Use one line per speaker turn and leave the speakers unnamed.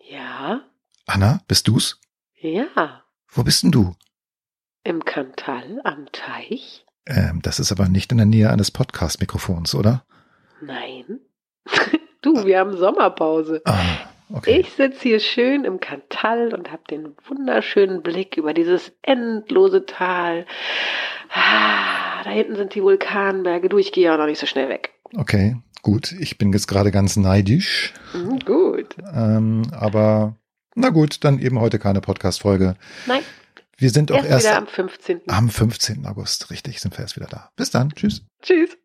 Ja,
Anna, bist du's?
ja.
Wo bist denn du?
Im Kantal am Teich?
Ähm, das ist aber nicht in der Nähe eines Podcast-Mikrofons, oder?
Nein. du, wir haben Sommerpause.
Ah, okay.
Ich sitze hier schön im Kantal und habe den wunderschönen Blick über dieses endlose Tal. Ah, da hinten sind die Vulkanberge. Du, ich gehe ja auch noch nicht so schnell weg.
Okay, gut. Ich bin jetzt gerade ganz neidisch.
Mhm, gut.
Ähm, aber na gut, dann eben heute keine Podcast-Folge.
Nein,
Wir sind auch
erst
erst,
wieder am 15.
am 15. August, richtig, sind wir erst wieder da. Bis dann. Tschüss.
Tschüss.